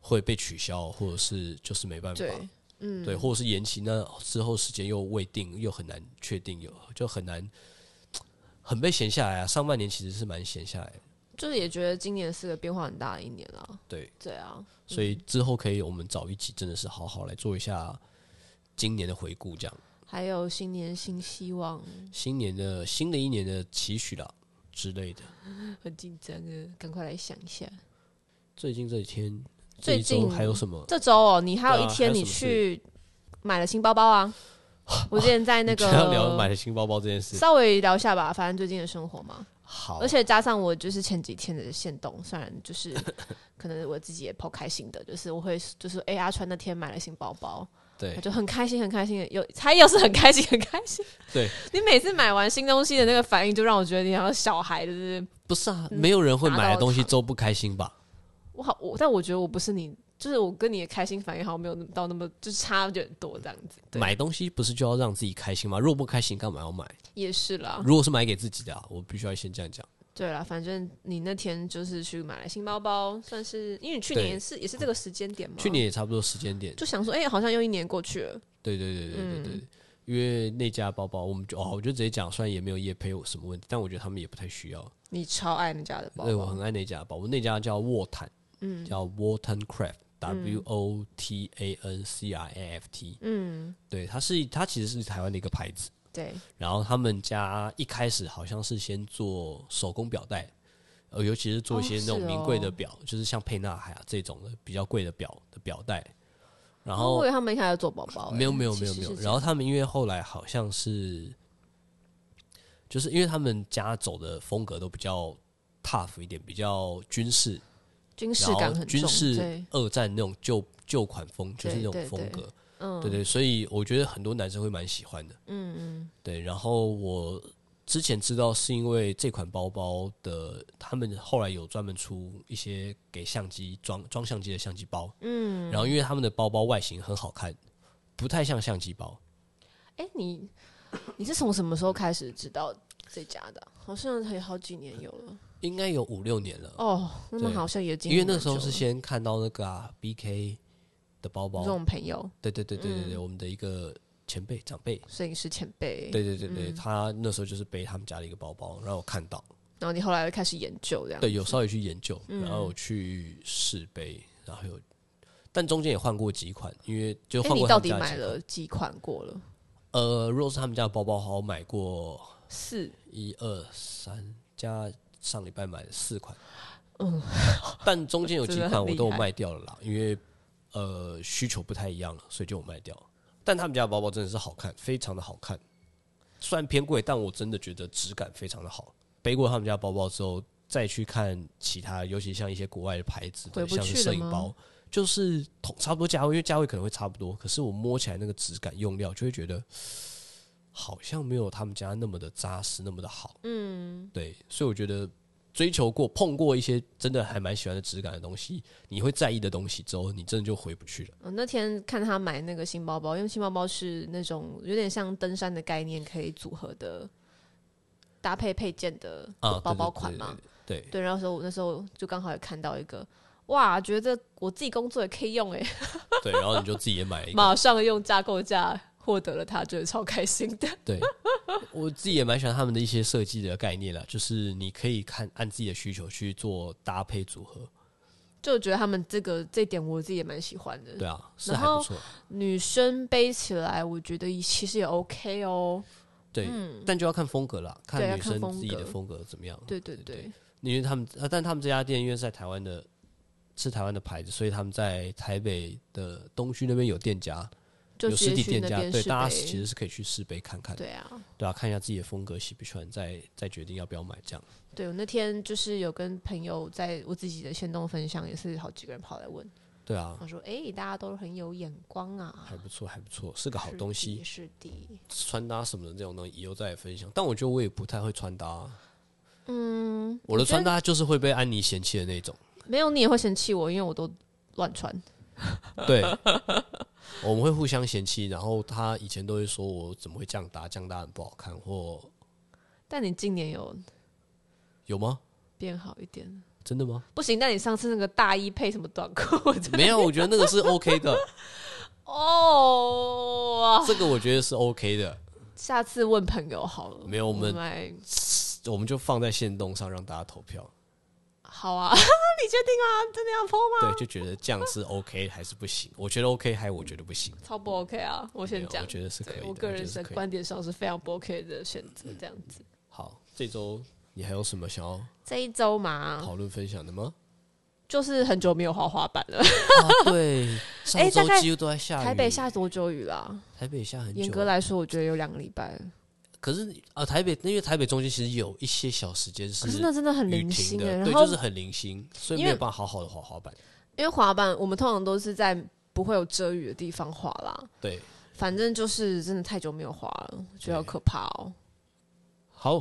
S1: 会被取消，或者是就是没办法，
S2: 对，嗯，
S1: 对，或者是延期，那之后时间又未定，又很难确定，有就很难很被闲下来啊。上半年其实是蛮闲下来的，
S2: 就是也觉得今年是个变化很大的一年啦。
S1: 对，
S2: 对啊，
S1: 所以之后可以我们找一集真的是好好来做一下今年的回顾，这样
S2: 还有新年新希望，
S1: 新年的新的一年的期许啦之类的。
S2: 很紧张啊，赶快来想一下。
S1: 最近这几天，这
S2: 最
S1: 一周
S2: 近
S1: 还有什么？
S2: 这周哦，你还有
S1: 对啊
S2: 一天
S1: 还
S2: 你
S1: 有什么事
S2: 去买了新包包啊？我之前在那
S1: 你要聊买
S2: 个
S1: 的新包包这件事，
S2: 稍微聊一下吧，反正最近的生活嘛。
S1: 好，
S2: 而且加上我就是前几天的限动，虽然就是 可能我自己也颇开心的，就是我会就是哎阿川那天买了新包包，
S1: 对
S2: 我就很开心很开心，有他又是很开心很开心。
S1: 对，
S2: 你每次买完新东西的那个反应，就让我觉得你好像小孩，就是
S1: 不是
S2: 嗯
S1: 啊，没有人会买了东西之后不开心吧？
S2: 我好我，但我觉得我不是你，就是我跟你的开心反应好像没有那么到那么就是差有点多这样子。对，
S1: 买东西不是就要让自己开心吗？如果不开心，干嘛要买？
S2: 也是啦。
S1: 如果是买给自己的、啊，我必须要先这样讲。
S2: 对啦，反正你那天就是去买了新包包，算是因为你去
S1: 对
S2: 年是也是这个时间点嘛，
S1: 去年也差不多时间点，
S2: 就想说，哎、好像又一年过去了。
S1: 对对对对
S2: 嗯
S1: 对对，因为那家包包，我们就哦，我就直接讲，虽然也没有业配我什么问题，但我觉得他们也不太需要。
S2: 你超爱那家的包
S1: 对，我
S2: 包
S1: 很，爱那家包，我那家叫沃坦，嗯，叫 Wotancraft。W O T A N C R A F T，
S2: 嗯，
S1: 对，它是它其实是台湾的一个牌子，
S2: 对，
S1: 然后他们家一开始好像是先做手工表带，呃，尤其是做一些
S2: 哦
S1: 那种
S2: 是哦
S1: 名贵的表，就是像沛纳海啊这种的比较贵的表的表带。然
S2: 哦
S1: 后
S2: 我以为他们一开始做包包、欸，
S1: 没有没有
S2: 其
S1: 没有
S2: 实
S1: 没有
S2: 是，这
S1: 然后
S2: 样
S1: 他们因为后来好像是，就是因为他们家走的风格都比较 tough 一点，比较军事，
S2: 军事
S1: 然
S2: 感
S1: 后
S2: 很重，
S1: 军事
S2: 对，
S1: 二战那种旧旧款风，就是那
S2: 对
S1: 种
S2: 对
S1: 风
S2: 对
S1: 格，
S2: 嗯，
S1: 对对，所以我觉得很多男生会蛮喜欢的。
S2: 嗯嗯，
S1: 对，然后我之前知道是因为这款包包的，他们后来有专门出一些给相机装装相机的相机包，嗯，然后因为他们的包包外形很好看，不太像相机包，
S2: 哎、你你是从什么时候开始知道这家的啊？好像也好几年有了
S1: 应该有五六年了，
S2: 哦，那么
S1: 对
S2: 好像也经
S1: 因
S2: 营
S1: 为
S2: 蛮久
S1: 那
S2: 了
S1: 时候是先看到那个、啊、BK 的包
S2: 这
S1: 包，
S2: 种嗯朋友，
S1: 对对对对对对，我们的一个前辈长辈。
S2: 摄影师前辈，
S1: 对对对对，
S2: 嗯
S1: 他那时候就是背他们家的一个包包，然后我看到，
S2: 然后你后来又开始研究这样，
S1: 对，有稍微去研究，然后
S2: 嗯
S1: 有去试杯，然后有，但中间也换过几款，因为就
S2: 哎、
S1: 换
S2: 你
S1: 过
S2: 到
S1: 他们
S2: 底
S1: 家的
S2: 买
S1: 几款
S2: 了几款过了？
S1: 呃，如果是他们家的包包，好，我买过
S2: 四，
S1: 一二三加上礼拜买了四款，嗯，但中间有几
S2: 真的
S1: 款
S2: 很
S1: 我都有
S2: 厉害
S1: 卖掉了啦，因为呃需求不太一样了，所以就有卖掉。但他们家的包包真的是好看，非常的好看，虽然偏贵，但我真的觉得质感非常的好。背过他们家包包之后，再去看其他，尤其像一些国外的牌子
S2: 回
S1: 的，
S2: 不
S1: 像是
S2: 去了
S1: 摄影
S2: 吗
S1: 包，就是同差不多价位，因为价位可能会差不多，可是我摸起来那个质感、用料，就会觉得好像没有他们家那么的扎实，那么的好。
S2: 嗯，
S1: 对，所以我觉得追求过、碰过一些真的还蛮喜欢的质感的东西，你会在意的东西之后，你真的就回不去了。
S2: 我呃那天看他买那个新包包，因为新包包是那种有点像登山的概念，可以组合的搭配配件的
S1: 啊
S2: 包包款嘛。
S1: 对，
S2: 对，然后时候我那时候就刚好也看到一个，哇，觉得我自己工作也可以用哎、
S1: 对，然后你就自己也 买了一个。
S2: 马上用架构价获得了它，觉得超开心的。
S1: 对，我自己也蛮喜欢他们的一些设计的概念啦，就是你可以看按自己的需求去做搭配组合，
S2: 就觉得他们这个这点我自己也蛮喜欢的。
S1: 对啊，是
S2: 嗯然
S1: 还不
S2: 后
S1: 错。
S2: 女生背起来，我觉得其实也 OK 哦。
S1: 对，但就要看风格啦，看
S2: 对要
S1: 女
S2: 看
S1: 生
S2: 风
S1: 自己的
S2: 格
S1: 风格怎么样。
S2: 对对对，
S1: 因为他们，呃，但他们这家店因为是在台湾的，是台湾的牌子，所以他们在台北的东区那边有店家，
S2: 就
S1: 有实
S2: 直接
S1: 体
S2: 去
S1: 店
S2: 那
S1: 家，
S2: 边
S1: 对，
S2: 试
S1: 大家
S2: 背
S1: 其实是可以去试杯看看，
S2: 对啊，
S1: 对啊，看一下自己的风格喜不喜欢，再再决定要不要买这样。
S2: 对我那天就是有跟朋友在我自己的线动分享，也是好几个人跑来问，
S1: 对啊，
S2: 他说：“哎、大家都很有眼光啊，
S1: 还不错，还不错，是个好东西。
S2: 是的。是的
S1: 穿搭什么的这种东西，以后再来分享。但我觉得我也不太会穿搭啊，
S2: 嗯，
S1: 我的
S2: 觉
S1: 穿
S2: 得
S1: 搭就是会被安妮嫌弃的那种。
S2: 没有你也会嫌弃我，因为我都乱穿。
S1: 对， 我们会互相嫌弃。然后她以前都会说我怎么会这样搭，这样搭很不好看，或
S2: 但你今年有
S1: 有吗？
S2: 变好一点，
S1: 真的吗？
S2: 不行。但你上次那个大衣配什么短裤，我真的
S1: 没有，我觉得那个是 OK 的，
S2: 哦，哇
S1: 这个我觉得是 OK 的。
S2: 下次问朋友好了。
S1: 没有我们
S2: 来
S1: 我们就放在线动上让大家投票，
S2: 好啊， 你确定啊？真的要 PO 吗？
S1: 对，就觉得这样是 OK 还是不行？我觉得 OK，还我觉得不行。
S2: 超不 OK 啊！我
S1: 没
S2: 先
S1: 有
S2: 讲
S1: 我，觉得是可以
S2: 对
S1: 的，
S2: 我个
S1: 觉
S2: 人
S1: 得是
S2: 的
S1: 可以的。嗯
S2: 观点上是非常不 OK 的选择，这样子。
S1: 好，这周你还有什么想要
S2: 这一周嘛，
S1: 讨论分享的吗？
S2: 就是很久没有滑滑板了。
S1: 啊， 对，上
S2: 哎大
S1: 周
S2: 概
S1: 几乎都在下雨，
S2: 台北下多久雨啦？
S1: 台北下很久。
S2: 严格来说，我觉得有两个礼拜，
S1: 可是啊，台北因为台北中间其实有一些小时间是
S2: 可是那真的很
S1: 雨
S2: 零
S1: 停
S2: 星哎、
S1: 的，
S2: 然
S1: 对，
S2: 后、
S1: 就是很零星，所以
S2: 因
S1: 没
S2: 为
S1: 有办法好好的滑滑板。
S2: 因为滑板，我们通常都是在不会有遮雨的地方滑啦。
S1: 对，
S2: 反正就是真的太久没有滑了，觉得好可怕哦。
S1: 好，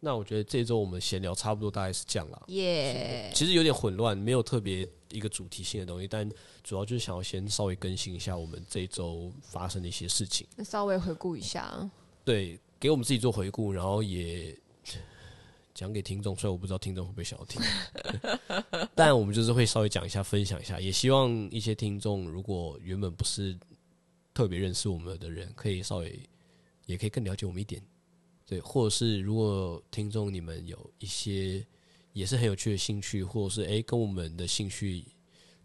S1: 那我觉得这周我们闲聊差不多大概是这样了。
S2: 耶、
S1: 其实有点混乱，没有特别一个主题性的东西，但主要就是想要先稍微更新一下我们这一周发生的一些事情，
S2: 那稍微回顾一下，
S1: 对，给我们自己做回顾，然后也讲给听众，虽然我不知道听众会不会想要听， 但我们就是会稍微讲一下，分享一下，也希望一些听众如果原本不是特别认识我们的人，可以稍微也可以更了解我们一点，对，或者是如果听众你们有一些也是很有趣的兴趣，或者是诶跟我们的兴趣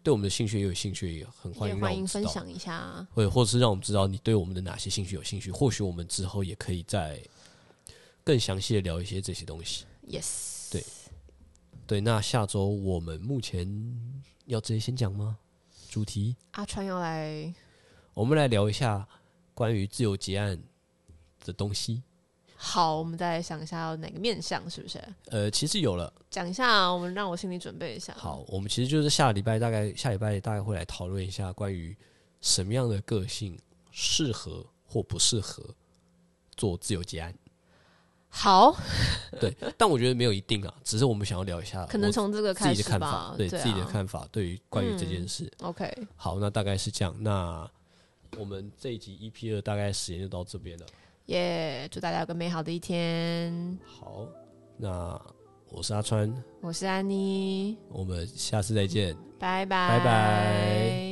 S1: 对我们的兴趣也有兴趣，也很欢
S2: 也
S1: 迎让
S2: 欢
S1: 我们
S2: 迎
S1: 知
S2: 分
S1: 道。
S2: 享一下。
S1: 或者或是让我们知道你对我们的哪些兴趣有兴趣，或许我们之后也可以再更详细的聊一些这些东西。
S2: Yes，
S1: 对对，那下周我们目前要直接先讲吗？主题，
S2: 阿川要来，
S1: 我们来聊一下关于自由结案的东西。
S2: 好，我们再来想一下有哪个面向，是不是？
S1: 呃，其实有了，
S2: 讲一下，我们让我心里准备一下。，
S1: 好，我们其实就是下礼拜大概下礼拜大概会来讨论一下关于什么样的个性适合或不适合做自由结案。
S2: 好，
S1: 对，但我觉得没有一定啊，只是我们想要聊一下，
S2: 可能
S1: 我
S2: 从这个
S1: 自
S2: 开
S1: 己的
S2: 始
S1: 看
S2: 吧
S1: 法，。对
S2: 啊、嗯
S1: 自己的看法，对于关于这件事。
S2: OK，
S1: 好，那大概是这样。那我们这一集 EP 二大概时间就到这边了。
S2: 耶祝大家有个美好的一天。
S1: 好，那我是阿川，
S2: 我是安妮，
S1: 我们下次再见。
S2: 拜拜，
S1: 拜拜。